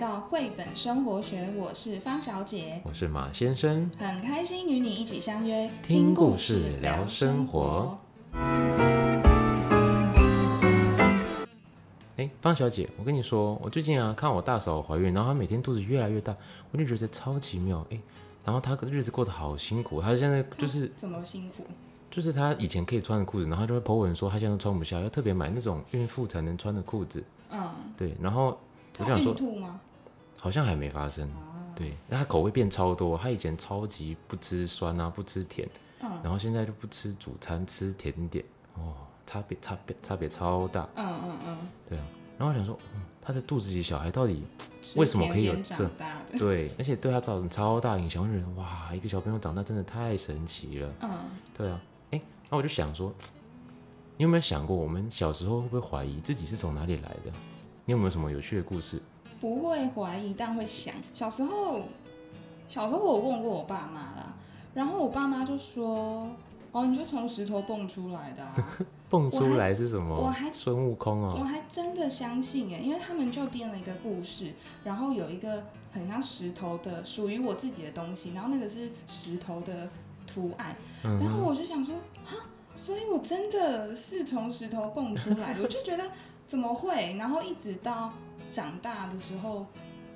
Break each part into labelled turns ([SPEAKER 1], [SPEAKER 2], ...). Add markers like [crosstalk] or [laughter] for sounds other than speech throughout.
[SPEAKER 1] 到绘本生活学，我是方小姐，
[SPEAKER 2] 我是马先生，
[SPEAKER 1] 很开心与你一起相约
[SPEAKER 2] 听故事聊生活。哎，方小姐，我跟你说，我最近啊看我大嫂怀孕，然后她每天肚子越来越大，我就觉得超奇妙。哎，然后她日子过得好辛苦，她现在就是
[SPEAKER 1] 啊怎么辛苦？
[SPEAKER 2] 就是她以前可以穿的裤子，然后她就会 po 文说她现在都穿不下，要特别买那种孕妇才能穿的裤子。
[SPEAKER 1] 嗯，
[SPEAKER 2] 对，然后我就
[SPEAKER 1] 她
[SPEAKER 2] 想
[SPEAKER 1] 哦孕
[SPEAKER 2] 说，
[SPEAKER 1] 吐吗？
[SPEAKER 2] 好像还没发生。
[SPEAKER 1] 哦
[SPEAKER 2] 对，那她口味变超多，她以前超级不吃酸啊，不吃甜，
[SPEAKER 1] 嗯
[SPEAKER 2] 然后现在就不吃主餐，吃甜点。哦，差别差别差别超大。
[SPEAKER 1] 嗯嗯嗯，
[SPEAKER 2] 对啊，然后我想说，嗯，她的肚子里小孩到
[SPEAKER 1] [laughs]
[SPEAKER 2] 底
[SPEAKER 1] 吃
[SPEAKER 2] 为什么可以有
[SPEAKER 1] 甜点
[SPEAKER 2] 这
[SPEAKER 1] 长大的？
[SPEAKER 2] 对，而且对他造成超大影响。我就觉得哇，一个小朋友长大真的太神奇了。
[SPEAKER 1] 嗯，
[SPEAKER 2] 对啊，哎、那我就想说，你有没有想过，我们小时候会不会怀疑自己是从哪里来的？你有没有什么有趣的故事？
[SPEAKER 1] 不会怀疑，但会想。小时候，小时候我有问过我爸妈啦，然后我爸妈就说：“哦，你就从石头蹦出来的、啊。”
[SPEAKER 2] 蹦出来是什
[SPEAKER 1] 我
[SPEAKER 2] 么
[SPEAKER 1] 还？
[SPEAKER 2] 孙悟空
[SPEAKER 1] 我
[SPEAKER 2] 哦、
[SPEAKER 1] 还真的相信欸耶，因为他们就编了一个故事，然后有一个很像石头的属于我自己的东西，然后那个是石头的图案，
[SPEAKER 2] 嗯
[SPEAKER 1] 然后我就想说啊，所以我真的是从石头蹦出来的，我就觉得怎么会？然后一直到长大的时候，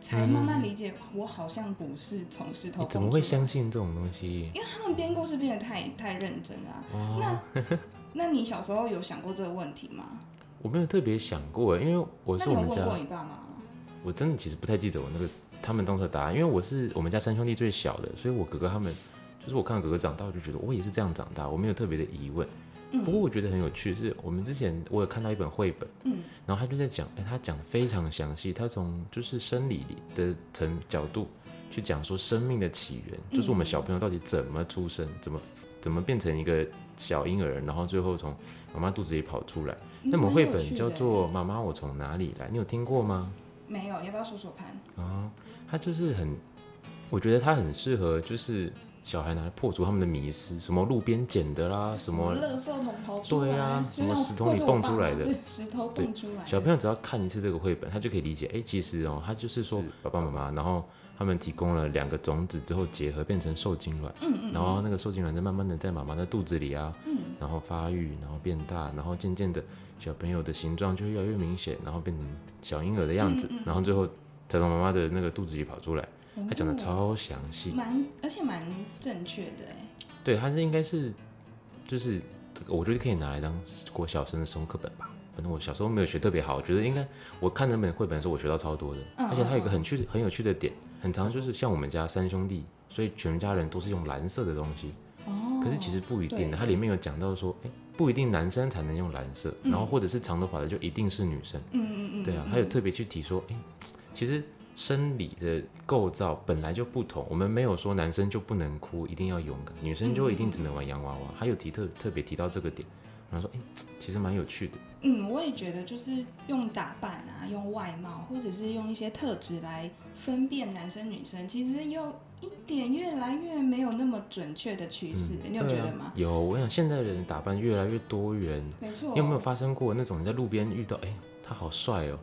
[SPEAKER 1] 才慢慢理解，我好像不是从石头蹦
[SPEAKER 2] 你
[SPEAKER 1] 出
[SPEAKER 2] 怎
[SPEAKER 1] 来。
[SPEAKER 2] 么会相信这种东西？
[SPEAKER 1] 因为他们编故事编得太太认真了啊。
[SPEAKER 2] 哦
[SPEAKER 1] 那 [laughs] 那你小时候有想过这个问题吗？
[SPEAKER 2] 我没有特别想过，因为我
[SPEAKER 1] 那
[SPEAKER 2] 是
[SPEAKER 1] 你
[SPEAKER 2] 我
[SPEAKER 1] 有
[SPEAKER 2] 们
[SPEAKER 1] 问
[SPEAKER 2] 家，
[SPEAKER 1] 过你爸妈吗？
[SPEAKER 2] 我真的其实不太记得我那个他们当初的答案，因为我是我们家三兄弟最小的，所以我哥哥他们就是我看到哥哥长大，我就觉得哦我也是这样长大，我没有特别的疑问。
[SPEAKER 1] 嗯
[SPEAKER 2] 不过我觉得很有趣，是我们之前我有看到一本绘本，
[SPEAKER 1] 嗯，
[SPEAKER 2] 然后他就在讲，哎、他讲的非常详细，他从就是生理的层角度去讲说生命的起源，就是我们小朋友到底怎么出生，怎么怎么变成一个小婴儿，然后最后从妈妈肚子里跑出来。那本
[SPEAKER 1] 蛮
[SPEAKER 2] 绘
[SPEAKER 1] 嗯有
[SPEAKER 2] 本
[SPEAKER 1] 趣
[SPEAKER 2] 叫
[SPEAKER 1] 的
[SPEAKER 2] 做《妈妈我从哪里来》，你有听过吗？
[SPEAKER 1] 没有，你要不要说说看？
[SPEAKER 2] 啊，他就是很，我觉得他很适合，就是小孩拿来破除他们的迷思，什么路边捡的啦，什么
[SPEAKER 1] 垃圾桶跑出来，
[SPEAKER 2] 对
[SPEAKER 1] 就
[SPEAKER 2] 啊
[SPEAKER 1] 让
[SPEAKER 2] 什么石头里蹦出来的
[SPEAKER 1] 或者我爸妈对，石头蹦出来的。
[SPEAKER 2] 小朋友只要看一次这个绘本，他就可以理解，哎、其实哦，他就是说爸爸妈妈，然后他们提供了两个种子之后结合变成受精卵，嗯嗯然后那个受精卵再慢慢的在妈妈的肚子里啊，嗯，然后发育，然后变大，然后渐渐的小朋友的形状就越来越明显，然后变成小婴儿的样子，然后最后才从妈妈的那个肚子里跑出来，他讲的超详细
[SPEAKER 1] 哦。蛮，而且蛮正确的哎。
[SPEAKER 2] 对，它是应该是就是这个我觉得可以拿来当国小生的生物课本吧。反正我小时候没有学特别好，我觉得应该我看那本绘本的时候，我学到超多的。
[SPEAKER 1] 嗯
[SPEAKER 2] 而且它有一
[SPEAKER 1] 嗯
[SPEAKER 2] 个很趣很有趣的点，很常就是像我们家三兄弟，所以全家人都是用蓝色的东西。
[SPEAKER 1] 哦，
[SPEAKER 2] 可是其实不一定
[SPEAKER 1] 对
[SPEAKER 2] 的，它里面有讲到说，哎、不一定男生才能用蓝色，然后或者是长头发的就一定是女生。
[SPEAKER 1] 嗯嗯，嗯嗯嗯，
[SPEAKER 2] 对啊，还有特别去提说，哎、其实生理的构造本来就不同，我们没有说男生就不能哭，一定要勇敢，女生就一定只能玩洋娃娃。还有提特特别提到这个点，然后说，哎、其实蛮有趣的。
[SPEAKER 1] 嗯，我也觉得就是用打扮啊，用外貌，或者是用一些特质来分辨男生女生，其实有一点越来越没有那么准确的趋势，你有
[SPEAKER 2] 对
[SPEAKER 1] 觉
[SPEAKER 2] 啊
[SPEAKER 1] 得吗？？
[SPEAKER 2] 有，我想现代人打扮越来越多元。
[SPEAKER 1] 没错，
[SPEAKER 2] 你有没有发生过那种你在路边遇到，哎、他好帅哦，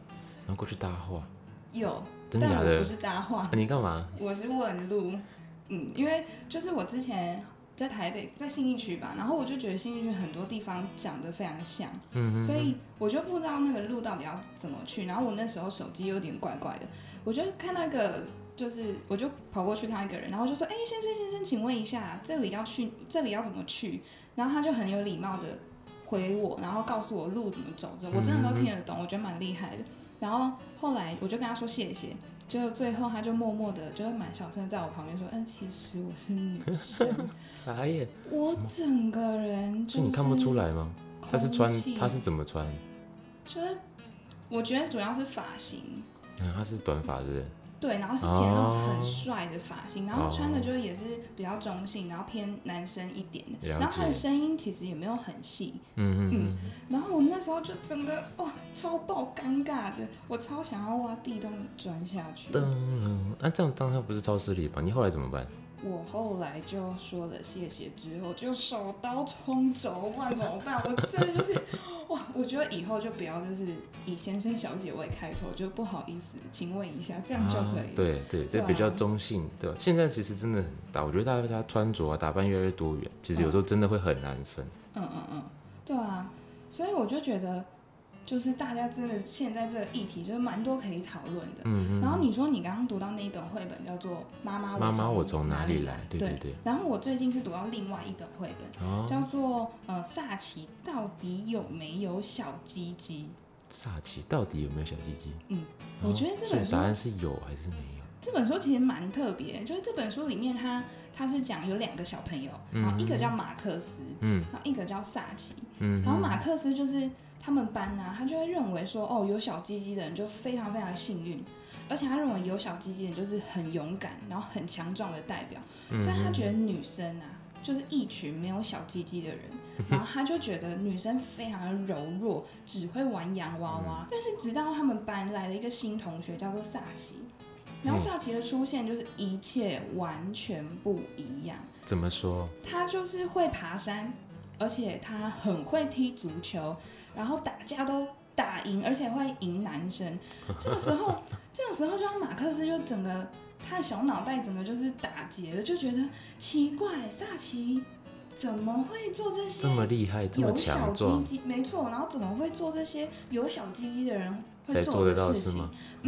[SPEAKER 2] 然后过去搭话，
[SPEAKER 1] 有？
[SPEAKER 2] 真的
[SPEAKER 1] 但
[SPEAKER 2] 假
[SPEAKER 1] 我
[SPEAKER 2] 的
[SPEAKER 1] 不？是搭话
[SPEAKER 2] 啊，你干嘛？
[SPEAKER 1] 我是问路，嗯，因为就是我之前在台北，在信义区吧，然后我就觉得信义区很多地方长得非常像，嗯所以我就不知道那个路到底要怎么去。然后我那时候手机有点怪怪的，我就看到一个，就是我就跑过去看到一个人，然后就说：“哎、先生先生，请问一下，这里要去，这里要怎么去？”然后他就很有礼貌的回我，然后告诉我路怎么走着，我真的都听得懂，我觉得蛮厉害的。然后后来我就跟他说谢谢，就最后他就默默的，就是蛮小声地在我旁边说，嗯，其实我是女生，
[SPEAKER 2] 傻眼， [laughs]
[SPEAKER 1] 我整个人
[SPEAKER 2] 所
[SPEAKER 1] 就是
[SPEAKER 2] 以你看不出来吗？他是穿
[SPEAKER 1] 空气，
[SPEAKER 2] 他是怎么穿？
[SPEAKER 1] 就是我觉得主要是发型，
[SPEAKER 2] 嗯，他是短发是不是？
[SPEAKER 1] 对，然后是剪那种很帅的发
[SPEAKER 2] 哦
[SPEAKER 1] 型，然后穿的就是也是比较中性，然后偏男生一点的，
[SPEAKER 2] 了
[SPEAKER 1] 然
[SPEAKER 2] 解
[SPEAKER 1] 后他的声音其实也没有很细，
[SPEAKER 2] 嗯嗯嗯。
[SPEAKER 1] 然后我那时候就整个哇超爆尴尬的，我超想要挖地洞钻下去。
[SPEAKER 2] 嗯噔，那、这样当下不是超市里吧？你后来怎么办？
[SPEAKER 1] 我后来就说了谢谢之后，就手刀冲走，不然怎么办？我真的就是， [laughs] 哇！我觉得以后就不要就是以先生小姐为开头，就不好意思，请问一下，这样就可以。
[SPEAKER 2] 啊、对对，
[SPEAKER 1] 对
[SPEAKER 2] 这
[SPEAKER 1] 啊
[SPEAKER 2] 比较中性，对吧？现在其实真的很大，我觉得大家穿着啊、打扮越来越多元，其实有时候真的会很难分。
[SPEAKER 1] 嗯嗯嗯，对啊，所以我就觉得，就是大家真的现在这个议题就是蛮多可以讨论的。
[SPEAKER 2] 嗯
[SPEAKER 1] 然后你说你刚刚读到那一本绘本叫做《妈妈
[SPEAKER 2] 嗯，妈妈，我从
[SPEAKER 1] 啊哪
[SPEAKER 2] 哪里
[SPEAKER 1] 来
[SPEAKER 2] 来？》，对对对，
[SPEAKER 1] 然后我最近是读到另外一本绘本，
[SPEAKER 2] 哦，
[SPEAKER 1] 叫做呃萨奇到底有没有小鸡鸡？
[SPEAKER 2] 萨奇到底有没有小鸡鸡？
[SPEAKER 1] 嗯
[SPEAKER 2] 哦，
[SPEAKER 1] 我觉得这
[SPEAKER 2] 所以
[SPEAKER 1] 本书
[SPEAKER 2] 答案是有还是没有？
[SPEAKER 1] 这本书其实蛮特别，就是这本书里面它它是讲有两个小朋友，然后一个叫马克思，
[SPEAKER 2] 嗯，
[SPEAKER 1] 然后一个叫萨奇，
[SPEAKER 2] 嗯
[SPEAKER 1] 然后马克思就是他们班呢、他就会认为说哦有小鸡鸡的人就非常非常幸运，而且他认为有小鸡鸡的人就是很勇敢，然后很强壮的代表，
[SPEAKER 2] 嗯
[SPEAKER 1] 所以他觉得女生啊。就是一群没有小鸡鸡的
[SPEAKER 2] [laughs]
[SPEAKER 1] 人，然后他就觉得女生非常的柔弱，只会玩洋娃
[SPEAKER 2] 嗯
[SPEAKER 1] 娃。但是直到他们班来了一个新同学，叫做萨奇，然后萨奇的出现就是一切完全不一样。
[SPEAKER 2] 怎么说？
[SPEAKER 1] 他就是会爬山，而且他很会踢足球，然后打架都打赢，而且会赢男生。这个时候，这个时候就让马克思就整个他的小脑袋整个就是打结了，就觉得奇怪，萨奇怎么会做这些
[SPEAKER 2] 这么厉害，这么
[SPEAKER 1] 有小
[SPEAKER 2] 强
[SPEAKER 1] 鸡
[SPEAKER 2] 壮，
[SPEAKER 1] 鸡？没错，然后怎么会做这些有小鸡鸡的人
[SPEAKER 2] 才
[SPEAKER 1] 会
[SPEAKER 2] 做
[SPEAKER 1] 做
[SPEAKER 2] 得
[SPEAKER 1] 的
[SPEAKER 2] 到
[SPEAKER 1] 事
[SPEAKER 2] 是
[SPEAKER 1] 情嗯
[SPEAKER 2] 吗？？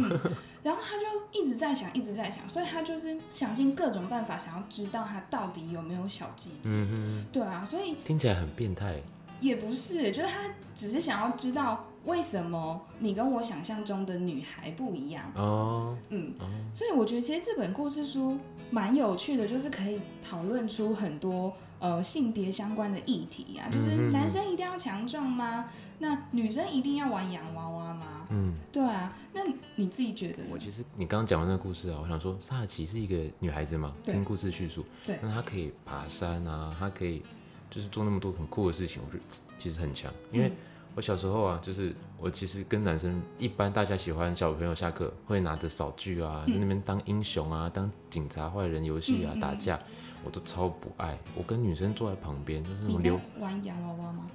[SPEAKER 1] 然后他就一直在想，一直在想，所以他就是想尽各种办法，想要知道他到底有没有小鸡鸡。
[SPEAKER 2] 嗯
[SPEAKER 1] 对啊，所以
[SPEAKER 2] 听起来很变态。
[SPEAKER 1] 也不是，就是他只是想要知道为什么你跟我想象中的女孩不一样。
[SPEAKER 2] 哦，
[SPEAKER 1] 嗯
[SPEAKER 2] 哦，
[SPEAKER 1] 所以我觉得其实这本故事书蛮有趣的，就是可以讨论出很多呃性别相关的议题啊，
[SPEAKER 2] 嗯
[SPEAKER 1] 就是男生一定要强壮吗？那女生一定要玩洋娃娃吗？
[SPEAKER 2] 嗯，
[SPEAKER 1] 对啊，那你自己觉得呢？
[SPEAKER 2] 我其实你刚刚讲完那个故事啊，我想说，萨奇是一个女孩子嘛，
[SPEAKER 1] 对
[SPEAKER 2] 听故事叙述，
[SPEAKER 1] 对
[SPEAKER 2] 那她可以爬山啊，她可以就是做那么多很酷的事情，我觉得其实很强。因
[SPEAKER 1] 嗯
[SPEAKER 2] 为我小时候啊，就是我其实跟男生一般，大家喜欢小朋友下课会拿着扫具啊，
[SPEAKER 1] 嗯
[SPEAKER 2] 在那边当英雄啊，当警察、坏人游戏啊，打架，我都超不爱。我跟女生坐在旁边，就是那
[SPEAKER 1] 你
[SPEAKER 2] 种
[SPEAKER 1] 在
[SPEAKER 2] 流
[SPEAKER 1] 玩洋娃娃
[SPEAKER 2] 哦
[SPEAKER 1] 吗？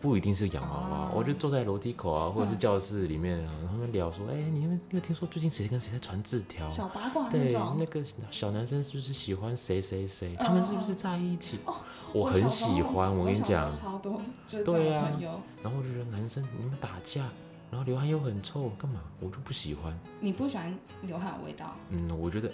[SPEAKER 2] 不一定是洋娃娃，
[SPEAKER 1] 哦
[SPEAKER 2] 我就坐在楼梯口啊，或者是教室里面啊，然后他们聊说，哎、你们有听说最近谁跟谁在传字条？
[SPEAKER 1] 小八卦那
[SPEAKER 2] 对，
[SPEAKER 1] 种。
[SPEAKER 2] 那个小男生是不是喜欢谁谁谁？
[SPEAKER 1] 嗯
[SPEAKER 2] 他们是不是在一起？
[SPEAKER 1] 哦
[SPEAKER 2] 我很
[SPEAKER 1] 小时候
[SPEAKER 2] 喜欢，我跟你
[SPEAKER 1] 小时候
[SPEAKER 2] 讲。
[SPEAKER 1] 超多就是这
[SPEAKER 2] 对
[SPEAKER 1] 种
[SPEAKER 2] 啊
[SPEAKER 1] 朋友，
[SPEAKER 2] 然后我就觉得男生你们打架，然后流汗又很臭，干嘛？我就不喜欢。
[SPEAKER 1] 你不喜欢流汗的味道，
[SPEAKER 2] 嗯，我觉得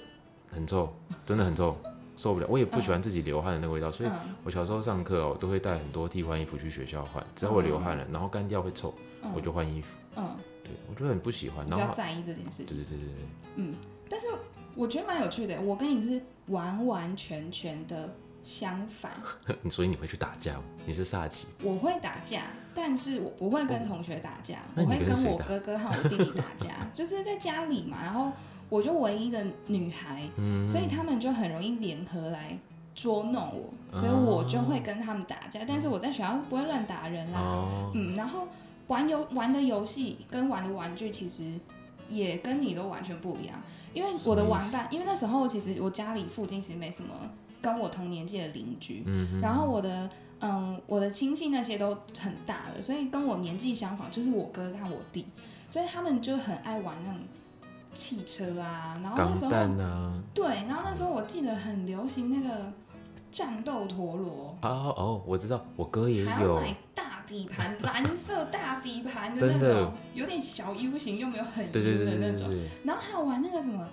[SPEAKER 2] 很臭，真的很臭，受不了。我也不喜欢自己流汗的那个味道，所以
[SPEAKER 1] 嗯
[SPEAKER 2] 我小时候上课哦，我都会带很多替换衣服去学校换。只要我流汗了，然后干掉会臭，
[SPEAKER 1] 嗯
[SPEAKER 2] 我就换衣服。
[SPEAKER 1] 嗯，
[SPEAKER 2] 对，我就很不喜欢。
[SPEAKER 1] 比
[SPEAKER 2] 然
[SPEAKER 1] 较
[SPEAKER 2] 后
[SPEAKER 1] 在意这件事
[SPEAKER 2] 对
[SPEAKER 1] 情。
[SPEAKER 2] 对对对对。
[SPEAKER 1] 但是我觉得蛮有趣的，我跟你是完完全全的相反。
[SPEAKER 2] 你 [laughs] 所以你会去打架吗？你是萨奇，
[SPEAKER 1] 我会打架，但是我不会跟同学打架，
[SPEAKER 2] 那
[SPEAKER 1] 我
[SPEAKER 2] 你
[SPEAKER 1] 会
[SPEAKER 2] 跟
[SPEAKER 1] 跟
[SPEAKER 2] 谁
[SPEAKER 1] 我
[SPEAKER 2] 打
[SPEAKER 1] 哥哥和我弟弟打
[SPEAKER 2] [laughs]
[SPEAKER 1] 架，就是在家里嘛。然后我就唯一的女孩，
[SPEAKER 2] 嗯
[SPEAKER 1] 所以他们就很容易联合来捉弄我，所以我就会跟他们打架。但是我在学校是不会乱打人啦，
[SPEAKER 2] 嗯哦，
[SPEAKER 1] 嗯，然后玩游玩的游戏跟玩的玩具其实也跟你都完全不一样，因为我的玩伴，因为那时候其实我家里附近其实没什么跟我同年纪的邻居，然后我的嗯我的亲戚那些都很大了，所以跟我年纪相仿，就是我哥和我弟，所以他们就很爱玩那种汽车啊，然后
[SPEAKER 2] 钢
[SPEAKER 1] 那时候
[SPEAKER 2] 弹啊，
[SPEAKER 1] 对，然后那时候我记得很流行那个战斗陀螺。
[SPEAKER 2] 哦哦，我知道，我哥也
[SPEAKER 1] 还要
[SPEAKER 2] 有，
[SPEAKER 1] 买大底
[SPEAKER 2] [laughs]
[SPEAKER 1] 盘，蓝色大底盘的
[SPEAKER 2] 真
[SPEAKER 1] 那
[SPEAKER 2] 的
[SPEAKER 1] 种，有点小 U 型又没有很 U
[SPEAKER 2] 对对对
[SPEAKER 1] 的
[SPEAKER 2] 对
[SPEAKER 1] 那
[SPEAKER 2] 对
[SPEAKER 1] 种。
[SPEAKER 2] 对，
[SPEAKER 1] 然后还有玩那个什么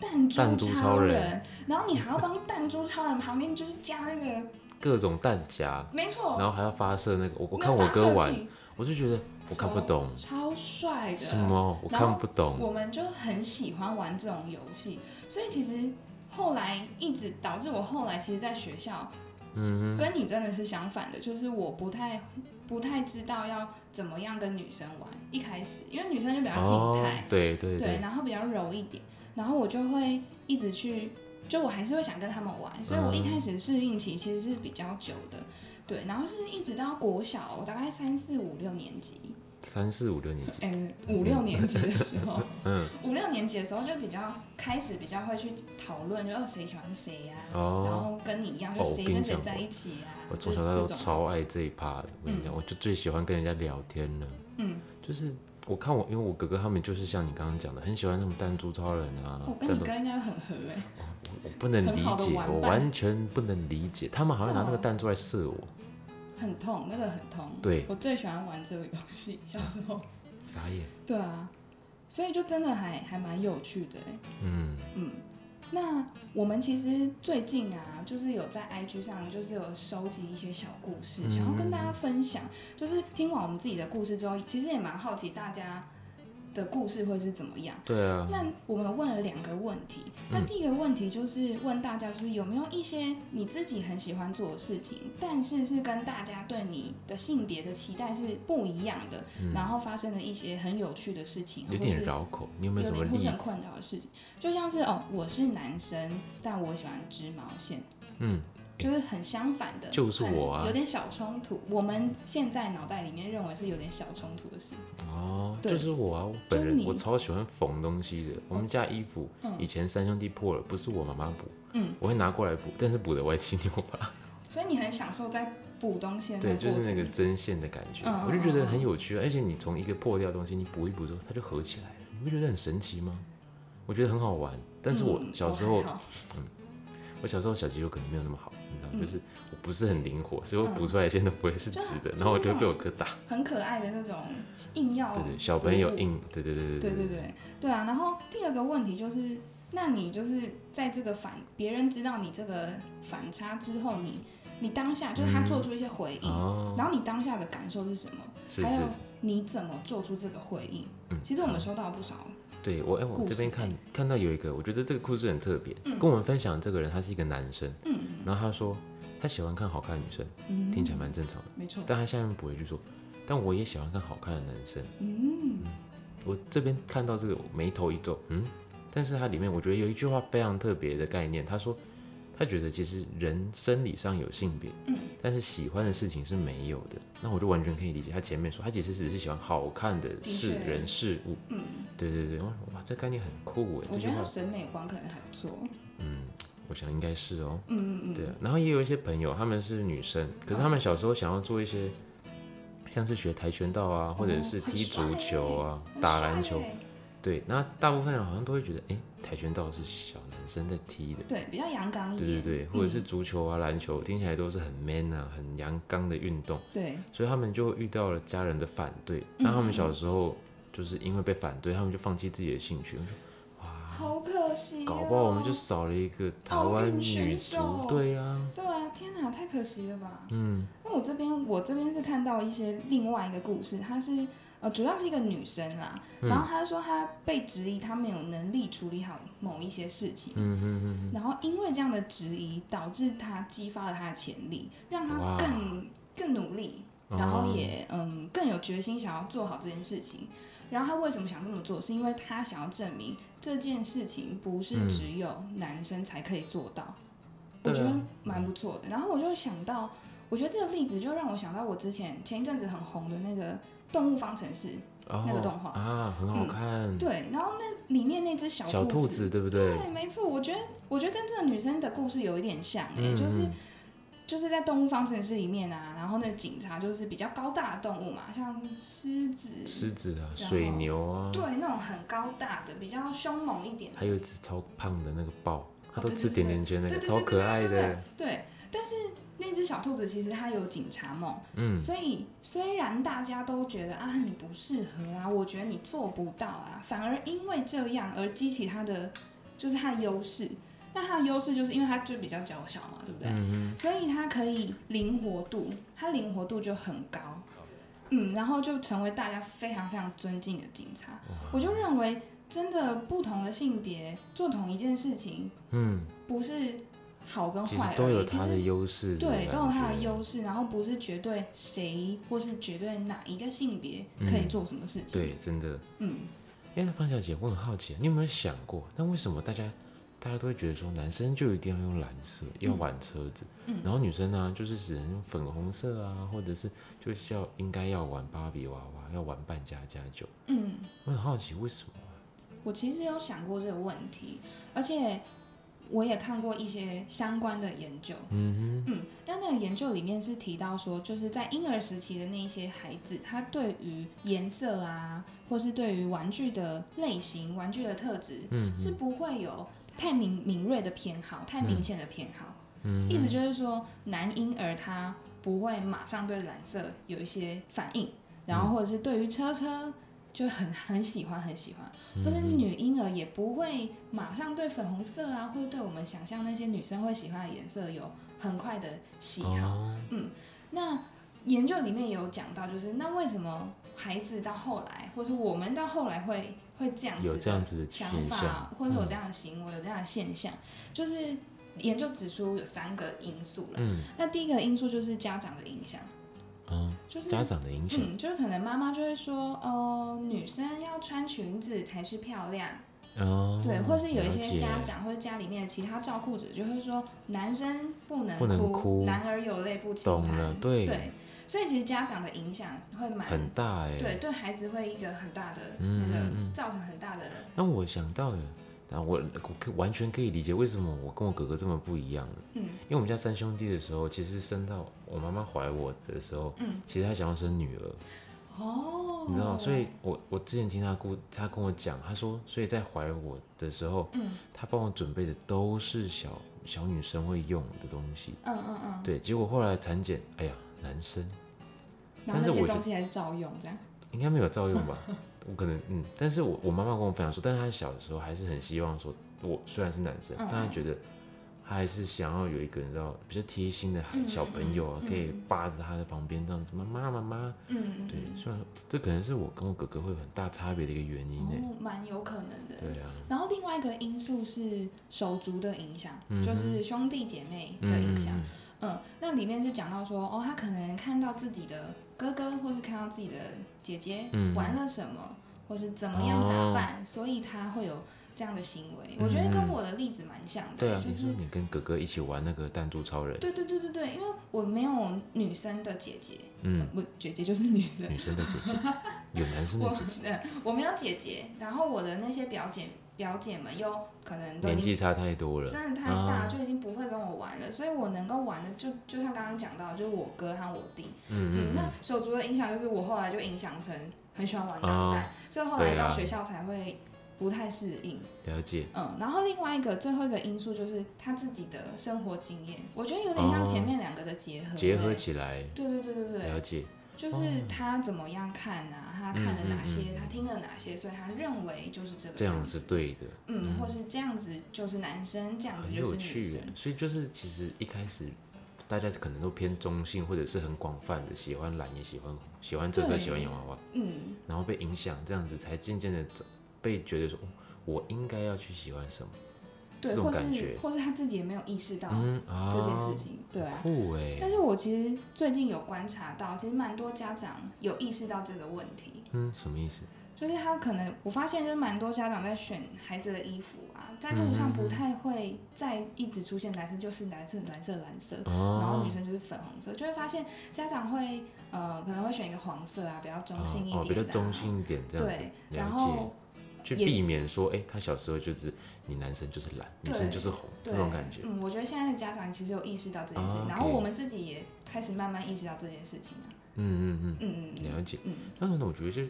[SPEAKER 1] 弹珠
[SPEAKER 2] 弹珠超人
[SPEAKER 1] 人，然后你还要帮弹珠超人旁边就是加那个，
[SPEAKER 2] 各种弹夹，
[SPEAKER 1] 没错，
[SPEAKER 2] 然后还要发射那个，我我
[SPEAKER 1] 哦那
[SPEAKER 2] 看我
[SPEAKER 1] 发
[SPEAKER 2] 哥
[SPEAKER 1] 射
[SPEAKER 2] 玩，
[SPEAKER 1] 器
[SPEAKER 2] 我就觉得我看不懂
[SPEAKER 1] 超帅的。
[SPEAKER 2] 什么，我
[SPEAKER 1] 然后
[SPEAKER 2] 看不懂，
[SPEAKER 1] 我们就很喜欢玩这种游戏，所以其实后来一直导致我后来其实，在学校，嗯，跟你真的是相反的，就是我不太不太知道要怎么样跟女生玩。一开始，因为女生就比较静态，
[SPEAKER 2] 哦对对
[SPEAKER 1] 对，
[SPEAKER 2] 对，
[SPEAKER 1] 然后比较柔一点，然后我就会一直去，就我还是会想跟他们玩，
[SPEAKER 2] 嗯
[SPEAKER 1] 所以我一开始适应期其实是比较久的，对，然后是一直到国小，我大概三四五六年级，
[SPEAKER 2] 三四五六年级，
[SPEAKER 1] 哎、五六年级的时候，
[SPEAKER 2] 嗯
[SPEAKER 1] [laughs] 五六年级的时候就比较开始比较会去讨论，就哦谁喜欢谁呀、
[SPEAKER 2] 哦
[SPEAKER 1] 然后跟你一样，
[SPEAKER 2] 哦
[SPEAKER 1] 就
[SPEAKER 2] 我
[SPEAKER 1] 谁
[SPEAKER 2] 跟你
[SPEAKER 1] 跟谁
[SPEAKER 2] 讲
[SPEAKER 1] 在
[SPEAKER 2] 过
[SPEAKER 1] 一起呀、
[SPEAKER 2] 我
[SPEAKER 1] 就
[SPEAKER 2] 从
[SPEAKER 1] 是
[SPEAKER 2] 小到大
[SPEAKER 1] 这
[SPEAKER 2] 都
[SPEAKER 1] 种，
[SPEAKER 2] 超爱这一趴的。我跟你讲，我就最喜欢跟人家聊天了。
[SPEAKER 1] 嗯，
[SPEAKER 2] 就是我看我，因为我哥哥他们就是像你刚刚讲的，很喜欢那种弹珠超人啊，
[SPEAKER 1] 哦我
[SPEAKER 2] 战
[SPEAKER 1] 跟你
[SPEAKER 2] 斗
[SPEAKER 1] 哥应该很合哎、
[SPEAKER 2] 我不能
[SPEAKER 1] 很
[SPEAKER 2] 理
[SPEAKER 1] 好的
[SPEAKER 2] 解，
[SPEAKER 1] 玩
[SPEAKER 2] 我
[SPEAKER 1] 伴
[SPEAKER 2] 完全不能理解，他们好像拿那个
[SPEAKER 1] 哦
[SPEAKER 2] 弹珠来射我，
[SPEAKER 1] 很痛，那个很痛。
[SPEAKER 2] 对
[SPEAKER 1] 啊我最喜欢玩这个游戏，小时候。
[SPEAKER 2] 傻眼。
[SPEAKER 1] 对啊，所以就真的还还蛮有趣的哎。
[SPEAKER 2] 嗯，
[SPEAKER 1] 那我们其实最近啊，就是有在 IG 上，就是有收集一些小故事，想要跟大家分享。就是听完我们自己的故事之后，其实也蛮好奇大家的故事会是怎么样。
[SPEAKER 2] 对啊，
[SPEAKER 1] 那我们问了两个问题，
[SPEAKER 2] 嗯
[SPEAKER 1] 那第一个问题就是问大家，就是有没有一些你自己很喜欢做的事情，但是是跟大家对你的性别的期待是不一样的，然后发生了一些很有趣的事情，
[SPEAKER 2] 嗯有
[SPEAKER 1] 或
[SPEAKER 2] 点
[SPEAKER 1] 是
[SPEAKER 2] 绕口，你有没有
[SPEAKER 1] 有
[SPEAKER 2] 什么
[SPEAKER 1] 点或
[SPEAKER 2] 例
[SPEAKER 1] 是很
[SPEAKER 2] 子？
[SPEAKER 1] 困扰的事情，就像是哦，我是男生，但我喜欢织毛线，
[SPEAKER 2] 嗯，
[SPEAKER 1] 就是很相反的，
[SPEAKER 2] 就是我啊
[SPEAKER 1] 很有点小冲突。我们现在脑袋里面认为是有点小冲突的事，
[SPEAKER 2] 哦，
[SPEAKER 1] 对
[SPEAKER 2] 就是我啊，我本
[SPEAKER 1] 就是
[SPEAKER 2] 人
[SPEAKER 1] 你
[SPEAKER 2] 我超喜欢缝东西的。我们家衣服以前三兄弟破了，不是我妈妈补，
[SPEAKER 1] 嗯，
[SPEAKER 2] 我会拿过来补，但是补的歪七扭八，
[SPEAKER 1] 所以你很享受在补东西的
[SPEAKER 2] 对，
[SPEAKER 1] 那个
[SPEAKER 2] 就
[SPEAKER 1] 过
[SPEAKER 2] 是
[SPEAKER 1] 程
[SPEAKER 2] 那个针线的感觉，
[SPEAKER 1] 嗯嗯
[SPEAKER 2] 我就觉得很有趣啊。而且你从一个破掉的东西，你补一补之后，它就合起来了，你不觉得很神奇吗？我觉得很好玩，但是我
[SPEAKER 1] 嗯
[SPEAKER 2] 小时候
[SPEAKER 1] 还好
[SPEAKER 2] 我小时候小肌肉可能没有那么好，你知道吗，
[SPEAKER 1] 嗯
[SPEAKER 2] 就是我不是很灵活，所以我补出来的线都不会是
[SPEAKER 1] 就
[SPEAKER 2] 直
[SPEAKER 1] 很
[SPEAKER 2] 的，
[SPEAKER 1] 嗯就是
[SPEAKER 2] 然后我就
[SPEAKER 1] 那哦
[SPEAKER 2] 会被我哥打。
[SPEAKER 1] 很可爱的那种硬要
[SPEAKER 2] 对对，小朋友
[SPEAKER 1] 补补
[SPEAKER 2] 硬，对对对
[SPEAKER 1] 对
[SPEAKER 2] 对
[SPEAKER 1] 对对对啊。然后第二个问题就是，那你就是在这个反别人知道你这个反差之后，你你当下就是他做出一些回应，
[SPEAKER 2] 嗯哦，
[SPEAKER 1] 然后你当下的感受是什么？
[SPEAKER 2] 是
[SPEAKER 1] 还
[SPEAKER 2] 是
[SPEAKER 1] 有。你怎么做出这个回应？
[SPEAKER 2] 嗯
[SPEAKER 1] 其实我们收到不少，
[SPEAKER 2] 对我，哎、我
[SPEAKER 1] 故
[SPEAKER 2] 这边
[SPEAKER 1] 事嗯
[SPEAKER 2] 看看到有一个，我觉得这个故事很特别。跟我们分享的这个人，他是一个男生，然后他说他喜欢看好看的女生，
[SPEAKER 1] 嗯，
[SPEAKER 2] 听起来蛮正常的。
[SPEAKER 1] 没错，
[SPEAKER 2] 但他下面补了一句说，但我也喜欢看好看的男生。嗯，我这边看到这个，我眉头一皱，嗯，但是它里面我觉得有一句话非常特别的概念，他说他觉得其实人生理上有性别，嗯，但是喜欢的事情是没有的。那我就完全可以理解他前面说，他其实只是喜欢好看的
[SPEAKER 1] 的
[SPEAKER 2] 事
[SPEAKER 1] 确
[SPEAKER 2] 人事物，嗯，对对对，哇哇，这概念很酷哎，
[SPEAKER 1] 我
[SPEAKER 2] 这句
[SPEAKER 1] 觉得
[SPEAKER 2] 话
[SPEAKER 1] 他审美观可能还不错，
[SPEAKER 2] 我想应该是哦，
[SPEAKER 1] 嗯嗯
[SPEAKER 2] 对啊，然后也有一些朋友，他们是女生，可是他们小时候想要做一些，像是学跆拳道啊，或者是
[SPEAKER 1] 哦很
[SPEAKER 2] 踢
[SPEAKER 1] 帅
[SPEAKER 2] 足球啊、
[SPEAKER 1] 嗯，
[SPEAKER 2] 打篮球
[SPEAKER 1] 很帅，耶
[SPEAKER 2] 对。那大部分人好像都会觉得，哎、跆拳道是小男生在踢的，
[SPEAKER 1] 对，比较阳刚一
[SPEAKER 2] 对对
[SPEAKER 1] 点，
[SPEAKER 2] 对，或者是
[SPEAKER 1] 嗯
[SPEAKER 2] 足球啊、篮球，听起来都是很 man 啊、很阳刚的运动，
[SPEAKER 1] 对，
[SPEAKER 2] 所以他们就遇到了家人的反对。
[SPEAKER 1] 嗯
[SPEAKER 2] 那他们小时候就是因为被反对，他们就放弃自己的兴
[SPEAKER 1] 哎
[SPEAKER 2] 趣，
[SPEAKER 1] 好可惜哦，
[SPEAKER 2] 啊搞不好我们就少了一个台
[SPEAKER 1] 奥
[SPEAKER 2] 湾
[SPEAKER 1] 运选
[SPEAKER 2] 女
[SPEAKER 1] 手
[SPEAKER 2] 足，对啊。
[SPEAKER 1] 对啊，天哪，太可惜了吧。嗯，那我这边我这边是看到一些另外一个故事，她是呃主要是一个女生啦，然后她说她被质疑她没有能力处理好某一些事情，嗯嗯嗯，然后因为这样的质疑导致她激发了她的潜力，让她
[SPEAKER 2] 哇
[SPEAKER 1] 更更努力，然后也、嗯更有决心想要做好这件事情。然后她为什么想这么做？是因为她想要证明这件事情不是只有男生才可以做到。我
[SPEAKER 2] 对啊
[SPEAKER 1] 觉得蛮不错的。然后我就想到，我觉得这个例子就让我想到我之前前一阵子很红的那个《动物方程式》，
[SPEAKER 2] 哦
[SPEAKER 1] 那个动画嗯
[SPEAKER 2] 啊，很好看。
[SPEAKER 1] 对，然后那里面那只小
[SPEAKER 2] 小
[SPEAKER 1] 兔
[SPEAKER 2] 兔子对不对？
[SPEAKER 1] 对，没错，我觉得我觉得跟这个女生的故事有一点像、欸，
[SPEAKER 2] 嗯
[SPEAKER 1] 就是
[SPEAKER 2] 嗯
[SPEAKER 1] 就是在《动物方程式》里面啊，然后那警察就是比较高大的动物嘛，像狮子，
[SPEAKER 2] 狮子啊，
[SPEAKER 1] 后
[SPEAKER 2] 水牛啊，
[SPEAKER 1] 对，那种很高大的，比较凶猛一点的
[SPEAKER 2] 还有一只超胖的那个豹，它都
[SPEAKER 1] 哦对对
[SPEAKER 2] 吃
[SPEAKER 1] 对
[SPEAKER 2] 甜甜圈那
[SPEAKER 1] 对
[SPEAKER 2] 个，
[SPEAKER 1] 对
[SPEAKER 2] 超可爱
[SPEAKER 1] 对对对
[SPEAKER 2] 的。
[SPEAKER 1] 对，但是那只小兔子其实它有警察梦，
[SPEAKER 2] 嗯，
[SPEAKER 1] 所以虽然大家都觉得啊你不适合啊，我觉得你做不到啊，反而因为这样而激起它的就是它的优势。那它的优势就是因为它就比较娇小嘛，对不对？
[SPEAKER 2] 嗯
[SPEAKER 1] 所以它可以灵活度，它灵活度就很高。嗯，然后就成为大家非常非常尊敬的警察。我就认为，真的不同的性别做同一件事情，
[SPEAKER 2] 嗯，
[SPEAKER 1] 不是好跟
[SPEAKER 2] 其实
[SPEAKER 1] 坏
[SPEAKER 2] 都
[SPEAKER 1] 而
[SPEAKER 2] 有
[SPEAKER 1] 已，其
[SPEAKER 2] 它
[SPEAKER 1] 实
[SPEAKER 2] 的优势。
[SPEAKER 1] 对，都有它的
[SPEAKER 2] 势。
[SPEAKER 1] 优势，然后不是绝对谁或是绝对哪一个性别可以做什么事情。
[SPEAKER 2] 嗯对，真的。
[SPEAKER 1] 嗯，
[SPEAKER 2] 哎，那方小姐，我很好奇，你有没有想过，那为什么大家大家都会觉得说，男生就一定要用蓝色，要
[SPEAKER 1] 嗯
[SPEAKER 2] 玩车子，然后女生呢、就是只能用粉红色啊，或者是就是要应该要玩芭比娃娃，要玩扮家家酒。
[SPEAKER 1] 嗯，
[SPEAKER 2] 我很好奇为什么啊？
[SPEAKER 1] 我其实有想过这个问题，而且我也看过一些相关的研究。
[SPEAKER 2] 嗯
[SPEAKER 1] 嗯，那那个研究里面是提到说，就是在婴儿时期的那一些孩子，他对于颜色啊，或是对于玩具的类型、玩具的特质，
[SPEAKER 2] 嗯
[SPEAKER 1] 是不会有太敏敏锐的偏好，太明显的偏好。嗯，意思就是说，男婴儿他不会马上对蓝色有一些反应，然后或者是对于车车就很 [laughs] 很喜欢很喜欢，
[SPEAKER 2] 嗯
[SPEAKER 1] 或者女婴儿也不会马上对粉红色啊，或者对我们想象那些女生会喜欢的颜色有很快的喜
[SPEAKER 2] 哼，
[SPEAKER 1] 好。嗯
[SPEAKER 2] 哦，
[SPEAKER 1] 那研究里面也有讲到，就是那为什么孩子到后来，或者我们到后来会会这样子
[SPEAKER 2] 有
[SPEAKER 1] 的
[SPEAKER 2] 这样子的嗯
[SPEAKER 1] 想
[SPEAKER 2] 现
[SPEAKER 1] 法
[SPEAKER 2] 象，，
[SPEAKER 1] 或者有这样的行为，有这样的现象，就是研究指出有三个因素了。
[SPEAKER 2] 嗯
[SPEAKER 1] 那第一个因素就是家长的影响，
[SPEAKER 2] 啊，
[SPEAKER 1] 就是
[SPEAKER 2] 家长的影响，
[SPEAKER 1] 嗯，就是可能妈妈就会说，哦，女生要穿裙子才是漂亮，
[SPEAKER 2] 哦，
[SPEAKER 1] 嗯对，或是有一
[SPEAKER 2] 了
[SPEAKER 1] 些
[SPEAKER 2] 解
[SPEAKER 1] 家长或者家里面的其他照顾者就会说，男生不能
[SPEAKER 2] 不能哭
[SPEAKER 1] 男儿有泪不轻
[SPEAKER 2] 懂
[SPEAKER 1] 弹
[SPEAKER 2] 了，对，
[SPEAKER 1] 对，所以其实家长的影响会蛮
[SPEAKER 2] 很大哎、
[SPEAKER 1] 对对孩子会一个很大的
[SPEAKER 2] 嗯
[SPEAKER 1] 那个
[SPEAKER 2] 嗯嗯
[SPEAKER 1] 造成很大的
[SPEAKER 2] 那我想到了，啊，我我可完全可以理解为什么我跟我哥哥这么不一样了。
[SPEAKER 1] 嗯，
[SPEAKER 2] 因为我们家三兄弟的时候，其实生到我妈妈怀我的时候，
[SPEAKER 1] 嗯，
[SPEAKER 2] 其实她想要生女儿，
[SPEAKER 1] 哦，
[SPEAKER 2] 你知道，所以我我之前听她故，她跟我讲，她说，所以在怀我的时候，
[SPEAKER 1] 嗯
[SPEAKER 2] 她帮我准备的都是小小女生会用的东西，
[SPEAKER 1] 嗯嗯嗯，
[SPEAKER 2] 对，结果后来产检，哎呀，男生
[SPEAKER 1] 然后
[SPEAKER 2] 但是
[SPEAKER 1] 那些
[SPEAKER 2] 我觉
[SPEAKER 1] 东西还是照用这样，
[SPEAKER 2] 应该没有照用吧？我可能嗯，但是我我妈妈跟我分享说，但是她小的时候还是很希望说，我虽然是男生，
[SPEAKER 1] 嗯
[SPEAKER 2] 但她觉得她还是想要有一个你知道比较贴心的孩
[SPEAKER 1] 嗯
[SPEAKER 2] 小朋友啊，
[SPEAKER 1] 嗯嗯
[SPEAKER 2] 可以扒着她的旁边这样子，妈妈妈妈。
[SPEAKER 1] 嗯，嗯
[SPEAKER 2] 对，虽然这可能是我跟我哥哥会有很大差别的一个原因欸呢、
[SPEAKER 1] 哦，蛮有可能的。
[SPEAKER 2] 对啊，
[SPEAKER 1] 然后另外一个因素是手足的影响，
[SPEAKER 2] 嗯哼
[SPEAKER 1] 就是兄弟姐妹的
[SPEAKER 2] 嗯
[SPEAKER 1] 影
[SPEAKER 2] 嗯
[SPEAKER 1] 响。
[SPEAKER 2] 嗯
[SPEAKER 1] 嗯，那里面是讲到说，哦，他可能看到自己的哥哥，或是看到自己的姐姐
[SPEAKER 2] 嗯哦
[SPEAKER 1] 玩了什么，或是怎么样打扮，所以他会有这样的行为。我觉得跟我的例子蛮像的，
[SPEAKER 2] 对啊，
[SPEAKER 1] 就
[SPEAKER 2] 你说
[SPEAKER 1] 是
[SPEAKER 2] 你跟哥哥一起玩那个弹珠超人，
[SPEAKER 1] 对对对对对，因为我没有女生的姐姐，
[SPEAKER 2] 嗯，
[SPEAKER 1] 不，姐姐就是女生，
[SPEAKER 2] 女生的姐姐，有男生的
[SPEAKER 1] 我
[SPEAKER 2] 姐姐，
[SPEAKER 1] 嗯，我没有姐姐，然后我的那些表姐表姐们又可能都已
[SPEAKER 2] 年
[SPEAKER 1] 经
[SPEAKER 2] 纪差太多了，
[SPEAKER 1] 真的太大，
[SPEAKER 2] 啊
[SPEAKER 1] 就已经不会跟我玩了，所以我能够玩的就就像刚刚讲到，就是我哥和我弟。
[SPEAKER 2] 嗯嗯
[SPEAKER 1] 那
[SPEAKER 2] 嗯，
[SPEAKER 1] 手足的影响就是我后来就影响成很喜欢玩钢弹，
[SPEAKER 2] 哦
[SPEAKER 1] 所以后来
[SPEAKER 2] 对
[SPEAKER 1] 到
[SPEAKER 2] 啊
[SPEAKER 1] 学校才会不太适应。
[SPEAKER 2] 了解，
[SPEAKER 1] 嗯，然后另外一个最后一个因素就是他自己的生活经验，我觉得有点像
[SPEAKER 2] 哦
[SPEAKER 1] 前面两个的结合、
[SPEAKER 2] 结合
[SPEAKER 1] 欸
[SPEAKER 2] 起来，
[SPEAKER 1] 对对对对对，
[SPEAKER 2] 了解，
[SPEAKER 1] 就是他怎么样看啊，他看了哪些，
[SPEAKER 2] 哦嗯嗯嗯
[SPEAKER 1] 他听了哪些，所以他认为就是这个
[SPEAKER 2] 这样
[SPEAKER 1] 样
[SPEAKER 2] 是。对的。
[SPEAKER 1] 嗯，或是这样子就是男生，这样子
[SPEAKER 2] 很
[SPEAKER 1] 哦就
[SPEAKER 2] 有
[SPEAKER 1] 是女
[SPEAKER 2] 趣
[SPEAKER 1] 生
[SPEAKER 2] 耶，。所以就是其实一开始大家可能都偏中性，或者是很广泛的喜欢蓝，也喜欢红，喜欢这
[SPEAKER 1] 对
[SPEAKER 2] 才喜欢洋娃娃，
[SPEAKER 1] 嗯，
[SPEAKER 2] 然后被影响，这样子才渐渐的被觉得说，哦我应该要去喜欢什么，
[SPEAKER 1] 对，
[SPEAKER 2] 这种
[SPEAKER 1] 或
[SPEAKER 2] 感
[SPEAKER 1] 是
[SPEAKER 2] 觉
[SPEAKER 1] 或是他自己也没有意识到
[SPEAKER 2] 嗯啊，
[SPEAKER 1] 哦这件事情，对啊。
[SPEAKER 2] 酷哎
[SPEAKER 1] 但，是我其实最近有观察到，其实蛮多家长有意识到这个问题，
[SPEAKER 2] 嗯，什么意思？
[SPEAKER 1] 就是他可能我发现，就是蛮多家长在选孩子的衣服啊，在路
[SPEAKER 2] 嗯
[SPEAKER 1] 上不太会再一直出现男生就是蓝色、蓝色、蓝色，然后
[SPEAKER 2] 哦
[SPEAKER 1] 女生就是粉红色，就会发现家长会呃可能会选一个黄色啊，比较中性一点、
[SPEAKER 2] 哦
[SPEAKER 1] 啊
[SPEAKER 2] 哦，比较中性一点这样子
[SPEAKER 1] 对，，然
[SPEAKER 2] 了解
[SPEAKER 1] 后，
[SPEAKER 2] 去
[SPEAKER 1] 也
[SPEAKER 2] 避免说，哎，他小时候就是你男生就是蓝，女
[SPEAKER 1] 对
[SPEAKER 2] 生就是红
[SPEAKER 1] 对
[SPEAKER 2] 这种感觉，
[SPEAKER 1] 嗯，我觉得现在的家长其实有意识到这件事情，
[SPEAKER 2] 啊
[SPEAKER 1] 然后
[SPEAKER 2] OK
[SPEAKER 1] 我们自己也开始慢慢意识到这件事情啊，
[SPEAKER 2] 嗯嗯嗯。
[SPEAKER 1] 嗯嗯
[SPEAKER 2] 了解。
[SPEAKER 1] 嗯
[SPEAKER 2] 当然，我觉得就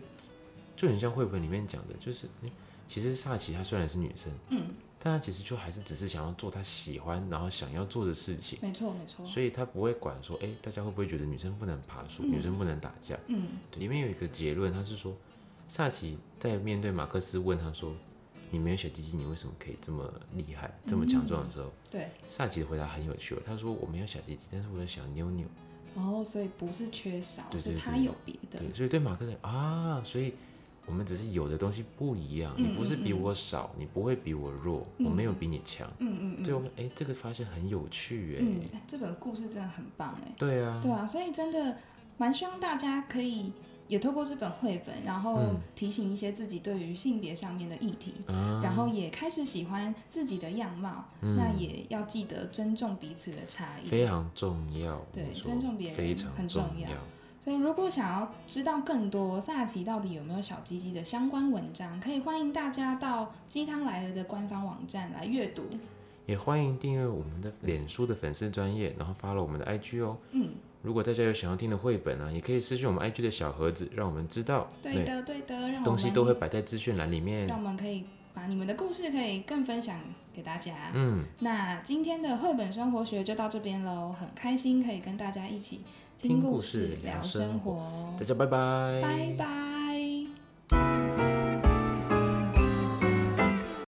[SPEAKER 2] 就很像绘本里面讲的，就是诶其实萨奇她虽然是女生，
[SPEAKER 1] 嗯，
[SPEAKER 2] 但她其实就还是只是想要做她喜欢然后想要做的事情，
[SPEAKER 1] 没错没错，
[SPEAKER 2] 所以她不会管说，哎、大家会不会觉得女生不能爬树，
[SPEAKER 1] 嗯
[SPEAKER 2] 女生不能打架？
[SPEAKER 1] 嗯
[SPEAKER 2] 对，里面有一个结论，他是说萨奇在面对马克思问他说。你没有小鸡鸡，你为什么可以这么厉害、这么强壮的时候，
[SPEAKER 1] 嗯对，
[SPEAKER 2] 萨奇的回答很有趣哦。他说：“我没有小鸡鸡，但是我有小妞妞。”
[SPEAKER 1] 然后哦所以不是缺少，
[SPEAKER 2] 对
[SPEAKER 1] 是
[SPEAKER 2] 对
[SPEAKER 1] 他
[SPEAKER 2] 对
[SPEAKER 1] 有别的，
[SPEAKER 2] 对，所以对马克思啊，所以我们只是有的东西不一样，
[SPEAKER 1] 嗯
[SPEAKER 2] 你不是比我少，你不会比我弱，我没有比你强。
[SPEAKER 1] 嗯嗯
[SPEAKER 2] 对，我们哎，这个发现很有趣哎、
[SPEAKER 1] 嗯，哎这本故事真的很棒哎，
[SPEAKER 2] 对啊，
[SPEAKER 1] 对啊，所以真的蛮希望大家可以也透过这本绘本，然后
[SPEAKER 2] 嗯
[SPEAKER 1] 提醒一些自己对于性别上面的议题，
[SPEAKER 2] 啊
[SPEAKER 1] 然后也开始喜欢自己的样貌，那也要记得尊重彼此的差异。
[SPEAKER 2] 嗯非常重要。
[SPEAKER 1] 对
[SPEAKER 2] 我说
[SPEAKER 1] 尊重别人
[SPEAKER 2] 非常
[SPEAKER 1] 很
[SPEAKER 2] 重
[SPEAKER 1] 重要所以，如果想要知道更多萨奇到底有没有小鸡鸡的相关文章，可以欢迎大家到鸡汤来了的官方网站来阅读。
[SPEAKER 2] 也欢迎订阅我们的脸书的粉丝专业，然后发了我们的 IG 哦。
[SPEAKER 1] 嗯，
[SPEAKER 2] 如果大家有想要听的绘本呢、啊也可以私信我们 IG 的小盒子，让我们知道。
[SPEAKER 1] 对的，对的，让我
[SPEAKER 2] 东西都会
[SPEAKER 1] 们
[SPEAKER 2] 摆在资讯栏里面
[SPEAKER 1] 让。我们可以把你们的故事可以更分享给大家。
[SPEAKER 2] 嗯，
[SPEAKER 1] 那今天的绘本生活学就到这边喽，很开心可以跟大家一起
[SPEAKER 2] 听故
[SPEAKER 1] 故
[SPEAKER 2] 事聊
[SPEAKER 1] 聊
[SPEAKER 2] 生
[SPEAKER 1] 活
[SPEAKER 2] 大，家拜拜。
[SPEAKER 1] 拜拜。